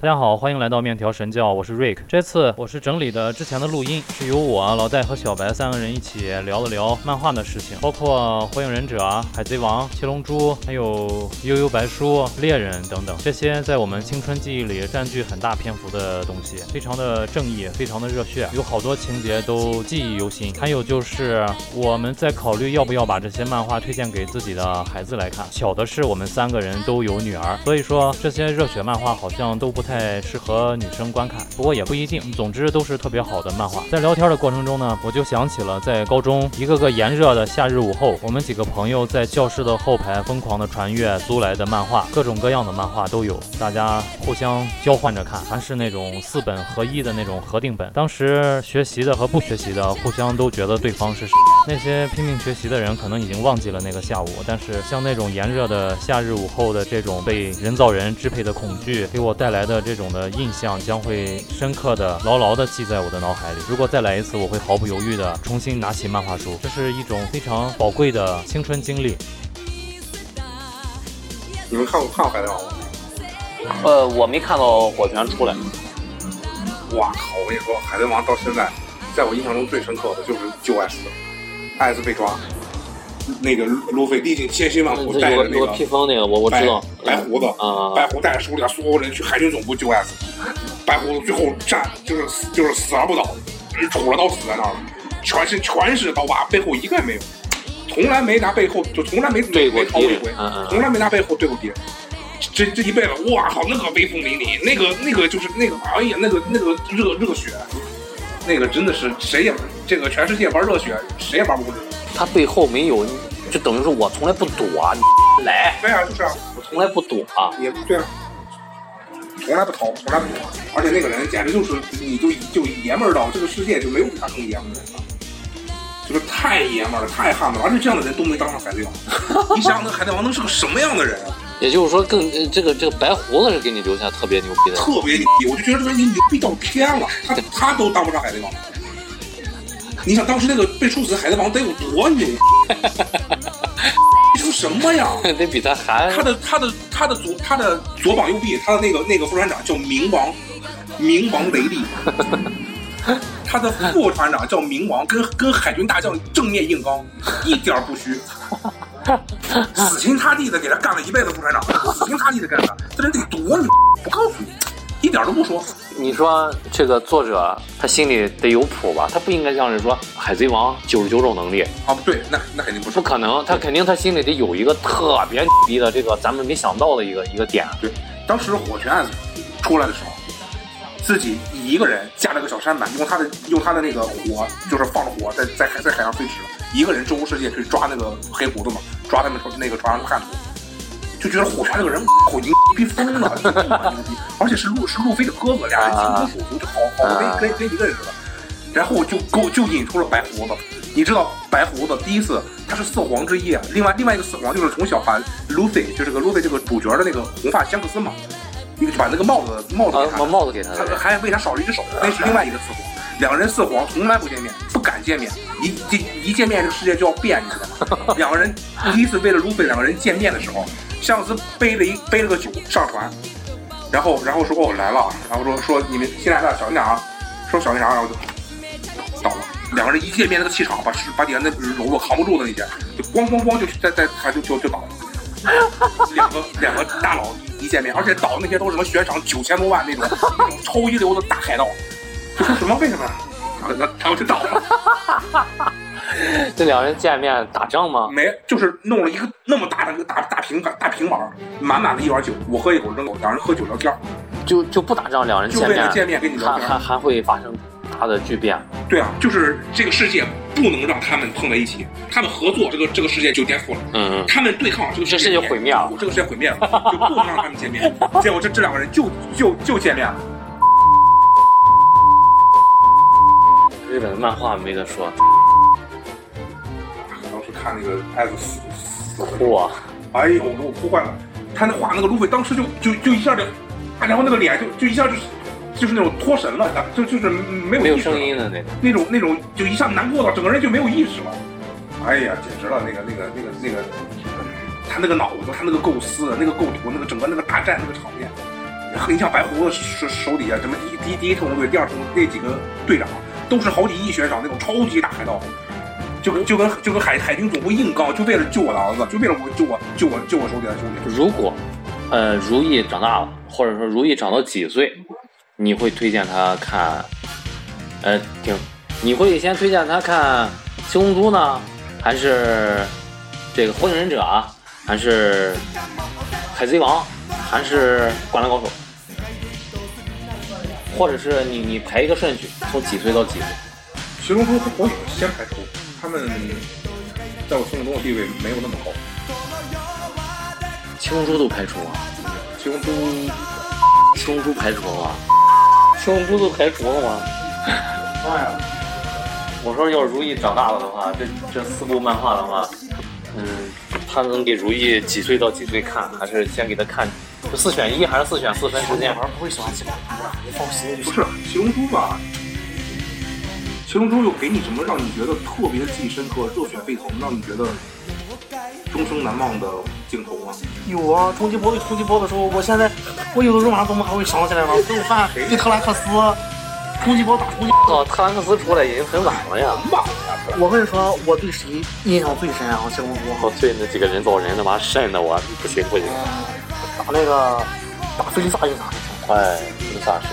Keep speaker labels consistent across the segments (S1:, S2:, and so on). S1: 大家好，欢迎来到面条神教，我是 Rick。这次我是整理的之前的录音，是由我啊老戴和小白三个人一起聊了聊漫画的事情，包括《火影忍者》《海贼王》《七龙珠》，还有《悠悠白书》《猎人》等等这些在我们青春记忆里占据很大篇幅的东西，非常的正义，非常的热血，有好多情节都记忆犹新。还有就是我们在考虑要不要把这些漫画推荐给自己的孩子来看。巧的是，我们三个人都有女儿，所以说这些热血漫画好像都不太适合女生观看，不过也不一定。总之都是特别好的漫画。在聊天的过程中呢，我就想起了在高中一个个炎热的夏日午后，我们几个朋友在教室的后排疯狂地传阅租来的漫画，各种各样的漫画都有，大家互相交换着看，还是那种四本合一的那种合订本。当时学习的和不学习的互相都觉得对方是那些拼命学习的人可能已经忘记了那个下午，但是像那种炎热的夏日午后的这种被人造人支配的恐惧，给我带来的这种的印象将会深刻的、牢牢的记在我的脑海里。如果再来一次，我会毫不犹豫的重新拿起漫画书。这是一种非常宝贵的青春经历。
S2: 你们看过看过《海贼王》吗？
S3: 呃，我没看到火拳出来。哦
S2: 哇靠！我跟你说，《海贼王》到现在，在我印象中最深刻的就是救艾斯，艾斯被抓，那个路飞历尽千辛万苦带
S3: 有
S2: 着
S3: 个
S2: 那
S3: 有个
S2: 个
S3: 披风那个，我我
S2: 白
S3: 知道。
S2: 白胡子，
S3: 啊
S2: 白胡子带着手底下所有人去海军总部救艾斯，白胡子最后站就是死就是死而不倒，杵着刀死在那儿了，全身全是刀疤，背后一个也没有，从来没拿背后就从来没
S3: 对过
S2: 没朝
S3: 敌
S2: 过
S3: 人
S2: 一回
S3: 嗯嗯嗯，
S2: 从来没拿背后对过敌人。这这一辈子，哇靠，那个威风凛凛，那个那个就是那个，哎呀，那个那个热热血，那个真的是谁也这个全世界玩热血，谁也玩不过这个。
S3: 他背后没有，就等于是我从来不躲啊，你来，
S2: 对啊，就是啊，
S3: 我从来不躲啊。
S2: 也对啊，从来不逃，从来不躲，而且那个人简直就是，你就就爷们儿到这个世界就没有比他更爷们儿的人了，就是太爷们儿了，太汉子了，而且这样的人都没当上海贼王。你想想，那海贼王能是个什么样的人啊？
S3: 也就是说更，呃这个这个白胡子是给你留下特别牛逼的。
S2: 特别牛逼，我就觉得这个人牛逼到天了，他他都当不上海贼王。你想当时那个被处死的海贼王得有多牛？你说什么呀？
S3: 得比他还
S2: 他的他的他的左他的左膀右臂，他的那个那个副船长叫冥王，冥王雷利，他的副船长叫冥王，跟跟海军大将正面硬刚，一点儿不虚，死心塌地的给他干了一辈子副船长，死心塌地的干他，这人得多牛！我告诉你，一点儿都不说，
S3: 你说这个作者他心里得有谱吧？他不应该像是说海贼王九十九种能力，
S2: 啊，不对，那那肯定不是
S3: 不，可能，他肯定他心里得有一个特别牛逼的这个咱们没想到的一个一个点。
S2: 对，当时火拳案子出来的时候，自己一个人架了个小舢板，用他的用他的那个火，就是放着火在在海在海上飞驰，一个人周游世界去抓那个黑胡子嘛，抓他们船那个船上叛徒，就觉得火拳这个人口经逼疯了，就这么牛逼，而且是路是路飞的哥哥，俩人情同手足，就好好
S3: 啊
S2: 的跟跟跟一个人似的，然后就勾就引出了白胡子。你知道白胡子第一次他是四皇之一，啊另外另外一个四皇就是从小把 Lucy 就是个 Lucy 这个主角的那个红发香克斯嘛，一个就把那个帽子帽子
S3: 啊
S2: 给，他
S3: 把，帽子给他
S2: 他
S3: 了。
S2: 还为他少了一只手，那是另外一个四皇。两个人四皇从来不见面，不敢见面，一一一见面这个世界就要变，你知道吗？ 两个人第一次为了 Lucy 两个人见面的时候，上司背了一背了个酒上船，然后然后说哦来了啊，然后说说你们新来的小心点啊，说小心点啊，然后就倒了。两个人一见面那个气场，把把底下那楼子扛不住的那些，就咣咣咣就在在他就就就倒了。两个两个大佬一见面，而且倒的那些都是什么悬赏九千多万那种 那种超一流的大海盗，就说什么为什么呀？然后然后然后就倒了，
S3: 这两人见面打仗吗？
S2: 没就是弄了一个那么大的一个大大平板大平板儿，满满的一碗酒，我喝一口扔口，两人喝酒聊天儿，
S3: 就就不打仗，两人
S2: 就
S3: 见
S2: 为了
S3: 面
S2: 见面跟你聊
S3: 还
S2: 天
S3: 还
S2: 儿。
S3: 还会发生大的巨变。
S2: 对啊，就是这个世界不能让他们碰在一起，他们合作，这个这个世界就颠覆了。
S3: 嗯
S2: 他们对抗这个
S3: 这世界毁灭了
S2: 这个世界毁灭了，就不能让他们见 面。结果这这两个人就就就见面了。
S3: 日本的漫画没得说，
S2: 当时看那个艾斯死死了，
S3: 哇，
S2: 哎呦，给我哭坏了。他那画那个路费，当时就就就一下就，啊然后那个脸就就一下就是就是那种脱神了，啊就就是没有
S3: 没有
S2: 意识了
S3: 声音的那种。
S2: 那种那种就一下难过到整个人就没有意识了。哎呀，简直了，那个那个那个那个，他那个脑子，他那个构思，那个构图，那个整个那个大战那个场面，然后你像白胡子手手底下什么第第第一特工队、第二特工队那几个队长，都是好几亿血少那种超级大海盗，就跟就跟就跟海海军总部硬刚，就为了救我的儿子，就为了我救我救我救我手底下的兄弟。
S3: 如果，呃，如懿长大了，或者说如懿长到几岁，你会推荐她看？呃，听，你会先推荐她看《七龙珠》呢，还是这个《火影忍者》啊，还是《海贼王》，还是《灌篮高手》？或者是你你排一个顺序，从几岁到几岁？
S2: 七龙珠和火影先排除，他们在我心目中的地位没有那么高。
S3: 七龙珠都排除了，
S2: 七龙珠
S3: 七龙珠排除了吗？七龙珠都排除了吗？
S2: 哎呀，
S3: 我说，要是如懿长大了的话，这这四部漫画的话，嗯，他能给如懿几岁到几岁看，还是先给他看？就四选一还是四选四分时间？
S4: 不会喜欢七龙珠的，你放心
S2: 不是七龙珠吧？七龙珠又给你什么让你觉得特别记忆深刻、热血沸腾，让你觉得终生难忘的镜头吗？
S4: 有啊，冲击波对冲击波的时候，我现在我有的时候晚上做梦还会想起来呢。最后饭对特拉克斯，冲击波打冲击。
S3: 哦，特兰克斯出来已经很晚了呀。
S4: 我跟你说，我对谁印象最深啊？七龙珠
S3: 哦，对，那几个人造人他妈瘆的我，不行不行，
S4: 打那个打菲利萨印象很
S3: 哎，那啥谁？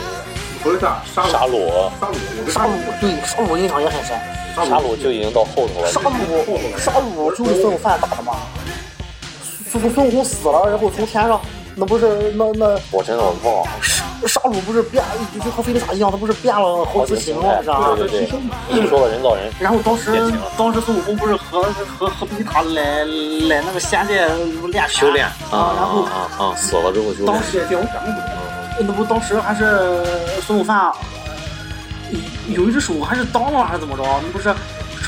S2: 回来再杀
S3: 沙鲁，
S2: 杀鲁，我跟
S4: 深，沙鲁对沙鲁印象也很深。
S3: 沙鲁就已经到后头了。
S4: 沙鲁沙鲁就是孙悟饭打的嘛。孙孙悟空死了，然后从天上，那不是那那
S3: 我真的我忘了，
S4: 沙沙鲁不是变，就就和菲利萨一样，他不是变了好几形吗？不是啊？
S3: 对对对，你说到人造人，
S4: 然后当时
S3: 也行
S4: 当时孙悟空不是和和和贝塔来来那个仙界练
S3: 修炼
S4: 啊，然后
S3: 啊啊啊，死了之后修炼
S4: 当。时
S3: 嗯
S4: 那不当时还是孙悟饭有有一只手还是当了还是怎么着？那不是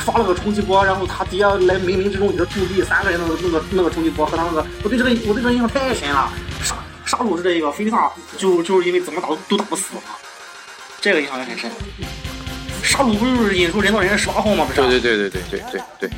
S4: 发了个冲击波，然后他爹来冥冥之中给他助力，三个人那个那个那个冲击波和他那个，我对这个我对这个印象太深了。杀杀戮是这一个，菲利萨就就是因为怎么打都打不死嘛，这个印象也很深。杀戮不是引出人造人十八号吗？不是？啊
S3: 对对对对对对对对。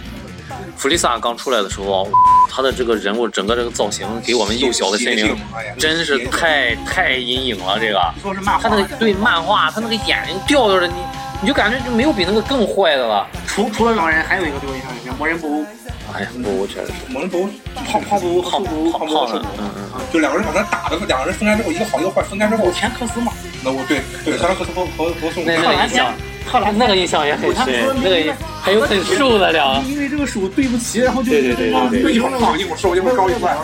S3: 弗利萨刚出来的时候啊，他的这个人物整个这个造型给我们幼小的心灵真是太太阴影了。这个
S4: 你说是漫
S3: 他
S4: 画
S3: 那个对漫画，他那个眼睛吊着的，你你就感觉就没有比那个更坏的了。
S4: 除除了狼人，还有一个对我印象很深，魔人布
S3: 哎呀，我我确实是
S2: 蒙人都
S4: 胖胖不
S3: 胖
S4: 胖不
S3: 胖胖
S4: 胖不
S3: 的
S4: 瘦，
S3: 嗯嗯，
S2: 就两个人把他打的，两个人分开之后，一个好一个坏，分开之后
S4: 有，前克斯嘛，
S2: 那我对对，他和和和和宋
S3: 那
S4: 特
S3: 那个
S4: 兰
S3: 印象
S4: 天，，特兰
S3: 那个印象也很深，那个还有很瘦的了。
S4: 因为这个手对不齐，然后
S3: 啊
S4: 就
S3: 对对对对对
S2: 一会儿胖一会儿瘦一会儿高一会儿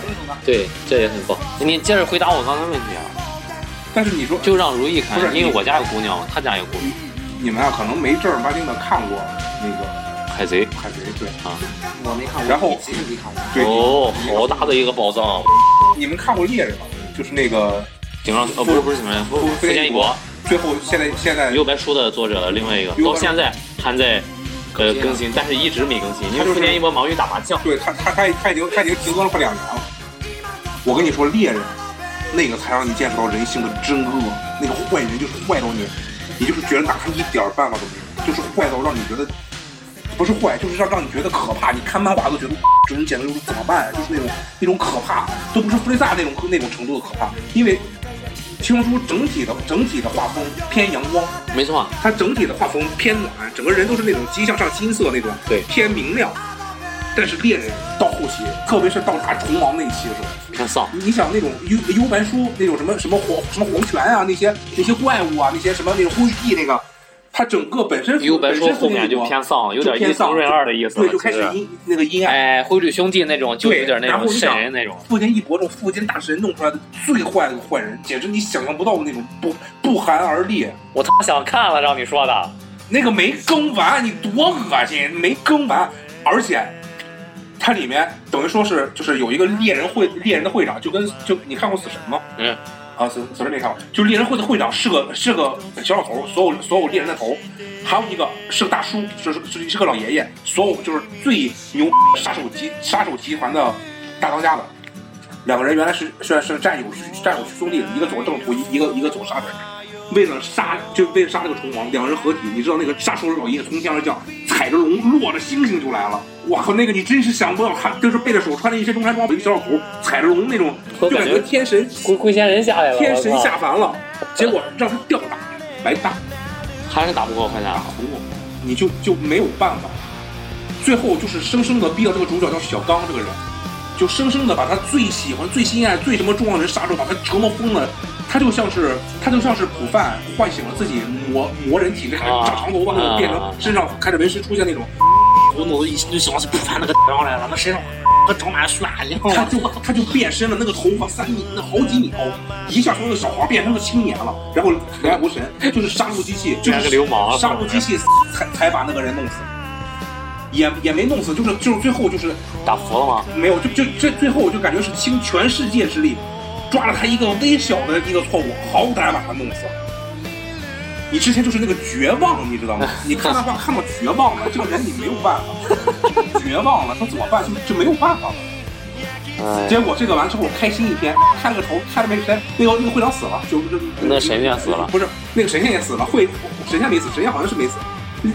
S3: 对，这也很棒。你接着回答我刚才问题啊，
S2: 但是你说
S3: 就让如意看
S2: 不，是
S3: 因为我家有姑娘，她家有姑娘，
S2: 你们啊，可能没正儿八经的看过那个
S3: 海贼。
S2: 海贼，对
S4: 我没看过，
S2: 然后
S4: 一集也没看过。
S2: 对，
S3: 哦，好大的一个宝藏，
S2: 你们看过猎人吗？就是那个
S3: 顶上呃不是不是什么人，
S2: 不
S3: 福建一国
S2: 最后现在现在
S3: 《右白书》的作者另外一个，
S2: 右白
S3: 到现在还在呃更新，但是一直没更新，因
S2: 他
S3: 为
S2: 就是
S3: 福建一国忙于打麻将。
S2: 对他他他他已经他已经停更了快两年了。我跟你说，猎人那个才让你见识到人性的真恶，那个坏人就是坏到你，你就是觉得拿他一点儿办法都没有，就是坏到让你觉得不是坏，就是让让你觉得可怕。你看漫画都觉得这人简直就是怎么办、就是那种那种可怕，都不是弗利萨那种那种程度的可怕，因为。七龙珠整体的整体的画风偏阳光，
S3: 没错，
S2: 它整体的画风偏暖，整个人都是那种极向上金色那种，
S3: 对
S2: 偏明亮。但是猎人到后期，特别是到达虫王那一期的时候，
S3: 偏丧。
S2: 你想那种幽幽白书那种什么什么黄什么黄泉啊，那些那些怪物啊，那些什么那个灰翼那个，它整个本身
S3: 幽白书
S2: 本身
S3: 后面就
S2: 就
S3: 偏丧，有点
S2: 偏
S3: 一
S2: 丧
S3: 藤润二的意思了。
S2: 对，就开始
S3: 其实
S2: 阴那个阴暗。
S3: 哎，灰绿兄弟那种就有
S2: 对，
S3: 点那
S2: 然后
S3: 种
S2: 你想
S3: 瘆人那种。
S2: 富坚义博这种富坚大神弄出来的最坏的坏人，简直你想象不到的那种不不寒而栗。
S3: 我他妈想看了，让你说的。
S2: 那个没更完，你多恶心！没更完，而且它里面等于说是就是有一个猎人会猎人的会长，就跟就你看过死神吗？
S3: 嗯，
S2: 啊，死死神没看过，就是猎人会的会长是个是个小老头，所有所有猎人的头，还有一个是个大叔，是是是个老爷爷，所有就是最牛杀手集杀手集团的大当家的。两个人原来是是是战友战友兄弟，一个走正途，一一个一个走杀人。为了杀，就为了杀这个虫王，两人合体。你知道那个杀手老爷爷从天而降，嚓踩着龙落着星星就来了。我靠，那个你真是想不到，他就是背着手穿着一身中山装，背着小小裤，踩着龙那种，
S3: 我
S2: 就
S3: 感
S2: 感
S3: 觉
S2: 觉天神
S3: 龟龟仙人下来了，
S2: 天神
S3: 我靠
S2: 下凡了，结果让他吊打，白搭。
S3: 还是打不过快侠
S2: 打，不过，你就就没有办法。最后就是生生的逼到这个主角叫小刚这个人，就生生的把他最喜欢、最心爱、最什么重要的人杀住，把他折磨疯了。他就像是他就像是普范唤醒了自己魔魔人体质，还
S3: 啊
S2: 长长头发那
S3: 啊
S2: 种，变成身上开始纹身出现那种，
S4: 我脑子一心就想是不翻那个上来了，那身上 那长满血一
S3: 哦
S2: 他
S4: 样。
S2: 就他就变身了，那个头发三米，那好几米高，一下从那个小孩变成个青年了，然后来无神就是杀戮机器，就
S3: 变成
S2: 是
S3: 个流氓了啊
S2: 杀戮机器才才把那个人弄死，也也没弄死，就是就是最后就是
S3: 打服了吗？
S2: 没有，就就这最后我就感觉是倾全世界之力，抓了他一个微小的一个错误，好歹把他弄死。你之前就是那个绝望，你知 道吗？你看漫画看到绝望了，这个人你没有办法，绝望了，他怎么办？就就没有办法了。
S3: 哎
S2: 结果这个完之后，我开心一天，看了个头，看了没时间，那个那个会长死了，就就
S3: 那神仙死了
S2: 不是那个神仙也死了，会神仙没死，神仙好像是没死，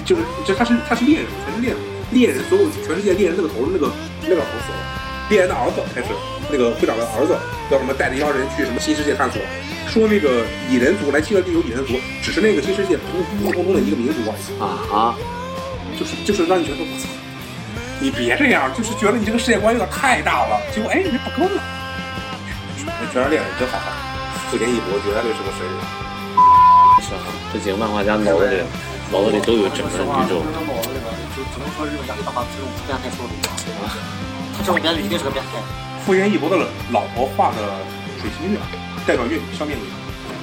S2: 就是就他是他是猎人，全是猎人，猎人所有全世界猎人那个头那个那个头死了，猎人的儿子还是那个会长的儿子叫什么带着一帮人去什么新世界探索，说那个蚁人族来侵略地球蚁人族，只是那个新世界普普通通的一个民族而已。
S3: 啊啊！
S2: 就是就是让你觉得我操，你别这样，就是觉得你这个世界观有点太大了。结果哎，你这不够呢。那《全是猎人》真好看，富田义博绝对是个神人。
S3: 是啊，这几个漫画家脑子里脑子里都有整个宇宙。
S4: 就只能说日本压力大，这种变态操作。他这种编剧一定是个变态。
S2: 富田义博的老婆画的水星月，代表月女上面女。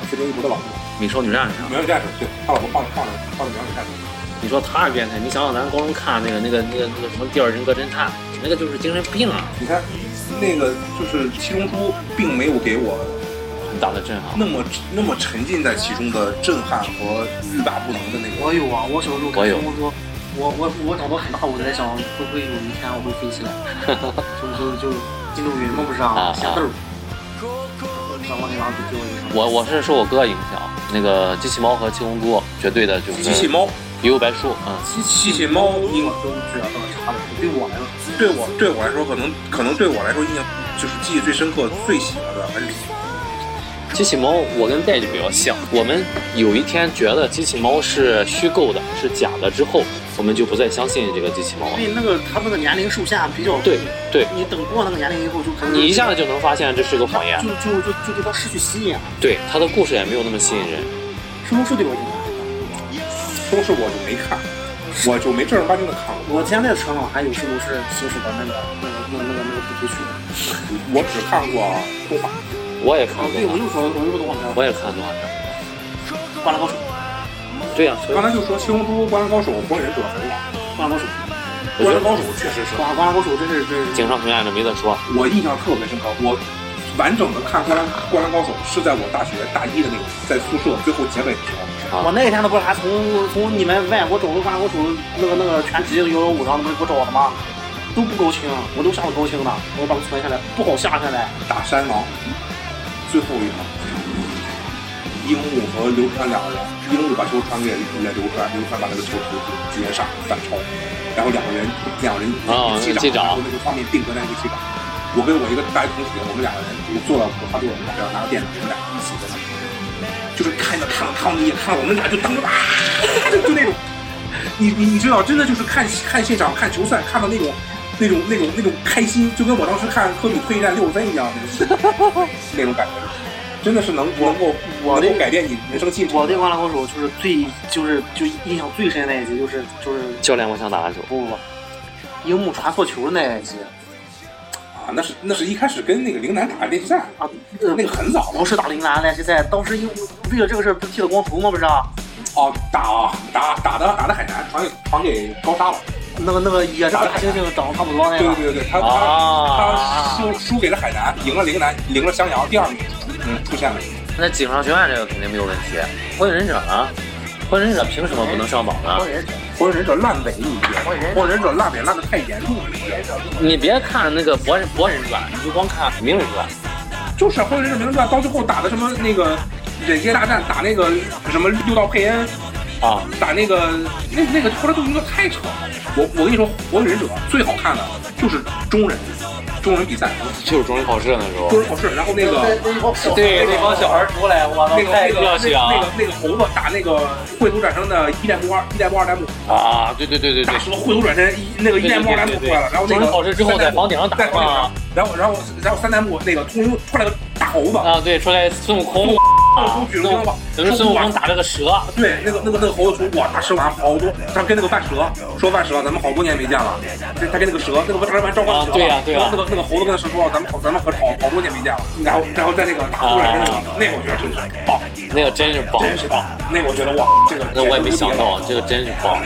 S2: 富田义博的老婆，
S3: 美少女战士啊，
S2: 苗女战士，对，他老婆画的画的画的苗女战士。
S3: 你说他是变态，你想想咱高中看那个那个那个那个什么《第二人格侦探》，那个就是精神病啊，
S2: 你看，那个就是七龙珠，并没有给我
S3: 很大的震撼。
S2: 那么那么沉浸在其中的震撼和欲罢不能的那种。
S4: 我有啊，我小时候
S3: 我
S4: 看
S3: 有
S4: 《我说，我我我长到很大，我在想会不会有一天我会飞起 来，就是就进入云嘛不是
S3: 啊
S4: 啊，
S3: 啊
S4: 仙豆儿，然后那帮就给我一个。
S3: 我我是受我哥影响，那个机器猫和七龙珠绝对的就是
S2: 机器猫，
S3: 幽游白书啊、
S2: 机机器猫，你
S4: 我都觉得差的，对我来说，
S2: 对我对我来说，可能可能对我来说印象就是记忆最深刻、最喜欢的还是
S3: 嗯。机器猫我跟戴就比较像，我们有一天觉得机器猫是虚构的，是假的之后，我们就不再相信这个机器猫了。
S4: 因为那个他那个年龄受限比较，
S3: 对对，
S4: 你等过那个年龄以后就可能
S3: 你一下子就能发现这是个谎言
S4: 就。就就就对他失去吸引了，
S3: 对，它的故事也没有那么吸引人。
S4: 是不是对我影响？
S2: 都是我就没看，我就没正儿八经的看过，
S4: 我现在车啊上还有是不是行驶的那个那个那个那个那个主题曲？
S2: 我只看过动画。
S3: 哦我也看
S4: 啊
S3: 过，，
S4: 对，我又说我又说动画片
S3: 我也看动画片。
S4: 《灌篮高手》，
S3: 对呀、所以
S2: 刚才就说《七龙珠》《灌篮高手》《火影忍者》神话，
S4: 《灌篮高手》。
S2: 《灌篮高手》确实是
S4: 哇，灌篮高手真是真是
S3: 井上雄彦这没得说，
S2: 我印象特别深刻。我完整的看《灌篮灌篮高手》是在我大学大一的那个在宿舍最后结尾的时候，
S4: 我那天他不是还从从你们外国找个灌篮高手那个那个全集幺幺五上，那不是给我找的吗？都不高清，我都下了高清的，我把它存下来，不好下下来。
S2: 打山王最后一场。樱木和流川两个人，樱木把球传给流川，流川把那个球直接上反超，然后两个人两个人
S3: 啊
S2: 哦一起
S3: 击掌
S2: 然后那个画面定格在一个击掌。我跟我一个大学同学，我们两个人我坐到我他坐我旁边，拿个电脑，我们俩一起在那儿，就是看着看着看着也看着，我们俩就等着吧，就就那种，你你你知道，真的就是看看现场看球赛看到那种。那种那种那种开心，就跟我当时看科比退役战六十分一样，那 种那种感觉，真的是能能够
S4: 我
S2: 能
S4: 那
S2: 够改变你人生进程。
S4: 我对灌篮高手就是最就是就印象最深那一集，就是就是
S3: 教练，我想打篮球。
S4: 不不不，樱木传错球那一集
S2: 啊，那是那是一开始跟那个陵南打的练习赛，
S4: 啊，呃
S2: 那个很早
S4: 老师打铃兰来是在当时樱木为了这个事儿不剃了光头吗？不是啊、
S2: 哦，打打打的打的海南，传给传给高沙了。
S4: 那个那个也是大猩猩长得差不多那
S2: 对
S4: 个
S2: 对。对对，他
S3: 啊
S2: 他他输输给了海南，赢了陵南，赢了襄阳，第二名，嗯，出现了。
S3: 那井上雄彦这个肯定没有问题。火影忍者呢？火影忍者凭什哎么不能上榜呢
S4: 高？人
S2: 火影忍者烂尾，你觉得？
S4: 火影忍者
S2: 火影忍者烂尾烂的太严重了，你觉得？
S3: 你别看那个博人博人传，你就光看鸣人传。
S2: 就是火影忍者名传到最后打的什么那个忍界大战，打那个什么六道佩恩，
S3: 啊，
S2: 打那个那那个后来动作太扯了。我我跟你说，火影忍者最好看的就是中忍，中忍比赛，
S3: 就是中学考试那时候
S2: 中，忍考试，然后那个
S3: 对，那帮小孩儿出来，我操
S2: 那个，
S3: 太
S2: 那个
S3: 热血
S2: 那个
S3: 啊！
S2: 那个猴子打那个秽土转生的一代目二一代目二代目，
S3: 啊，对对对对对
S2: 打，什么秽土转生一那个一代目二代目出来了，然后那
S3: 中
S2: 个
S3: 学考试哦之后在房顶上打
S2: 在房顶
S3: 嘛
S2: 上，然后然后然后三代目那个突然又出来个大猴子，
S3: 啊，对，出来孙悟空啊，
S2: 孙悟空
S3: 有时候孙悟空打了个蛇，
S2: 对，那个那个那个猴子说，哇，他吃完好多，他跟那个半蛇说半蛇，咱们好多年没见了。他他跟那个蛇，那个不是他玩召唤蛇
S3: 啊
S2: 吗
S3: 对呀对呀
S2: 然后那个那个猴子跟他说，咱们好咱们好好好多年没见了。然后然后在那个打出来那个，
S3: 啊
S2: 那个我觉得真是棒，
S3: 那个真是棒，
S2: 真是棒。哦那个我觉得哇，这个
S3: 那我也没想到，啊这个真是棒。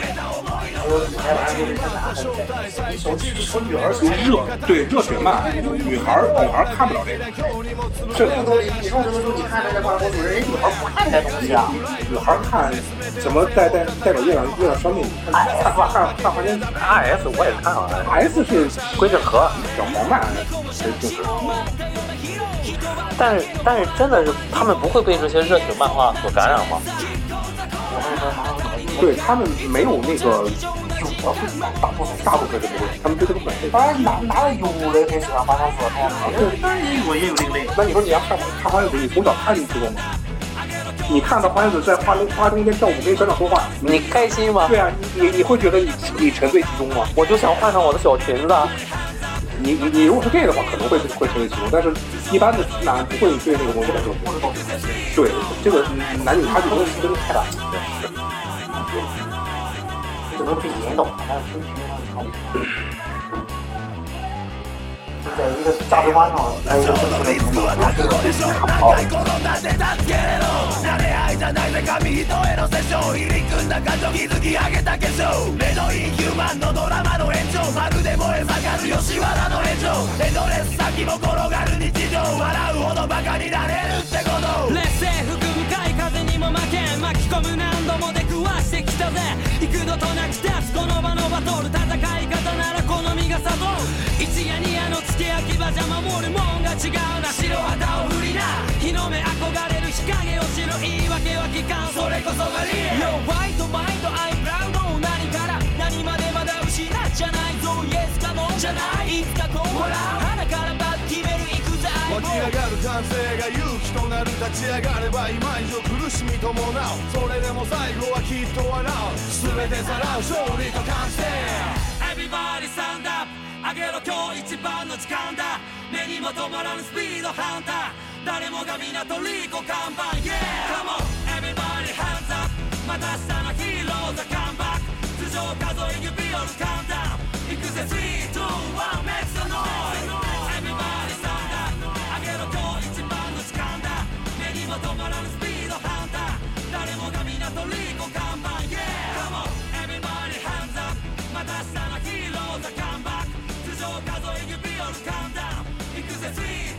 S2: 热，对热血漫，女孩儿女孩儿看不了这个，
S4: 这个东西，你说什么时候你看这个漫画主人，人女孩不看这东西啊？
S2: 女孩儿看什么代代代表月亮月亮生命，
S4: 哎
S2: 看看看看花间
S5: R S 我也看了，
S2: S 是
S5: 龟之壳，
S2: 小毛漫，这就是。
S5: 但是但是真的是他们不会被这些热血漫画所感染吗？
S2: 对他们没有那个，就我会大部分大部分是不会，他们对这个本身。当然哪哪有人很喜欢八三四
S4: 那你我也有这个类。
S2: 那你说你要看看花样子，你从小看进去的吗？你看到花样子在花中花中间跳舞跟小鸟说话，
S5: 你开心吗？
S2: 对啊，你你你会觉得你你沉醉其中吗？
S5: 我就想换上我的小裙子。
S2: 你你你如果是 gay 的话，可能会会沉醉其中，但是一般的直男不会对那个东西感兴趣。对，这个男女差距真的真的太大了。
S4: 只能被引导，但是平常考虑。在一个价值观上，哎，我是不能理解，但是好。
S6: 劣勢吹く深い風にも負け巻き込む何度も出くわしてきたぜ幾度となく立つこの場のバトル戦い方なら好みが誘う一夜二夜の付け焼き場じゃ守るもんが違うな白旗を振りな日の目憧れる日陰を知る言い訳は聞かんそれこそがリアル Yo, fight, fight, I'm proud 何から何までまだ失っちゃないぞ Yes か No じゃないいつかこうほら鼻からバッと決める行くぜ
S7: 湧き上がる男性が勇気となる立ち上がれば今以上苦しみともなうそれでも最後はきっと笑う全てさらう勝利と完成
S6: Everybody stand up 上げろ今日一番の時間だ目にも止まらぬスピードハンター誰もが皆とリコ看板 Yeah Come on Everybody hands up また明日のヒーロー The comeback 頭上数え指折るカウンダウン行くぜ321 Make some noise Everybody stand up 上げろ今日一番の時間だ目にも止まらぬスピードハンター誰もが皆とリコ看板 Yeah Come on Everybody hands up また明日のヒーロー The comeback 頭上数え指折るカウンダウン行くぜ3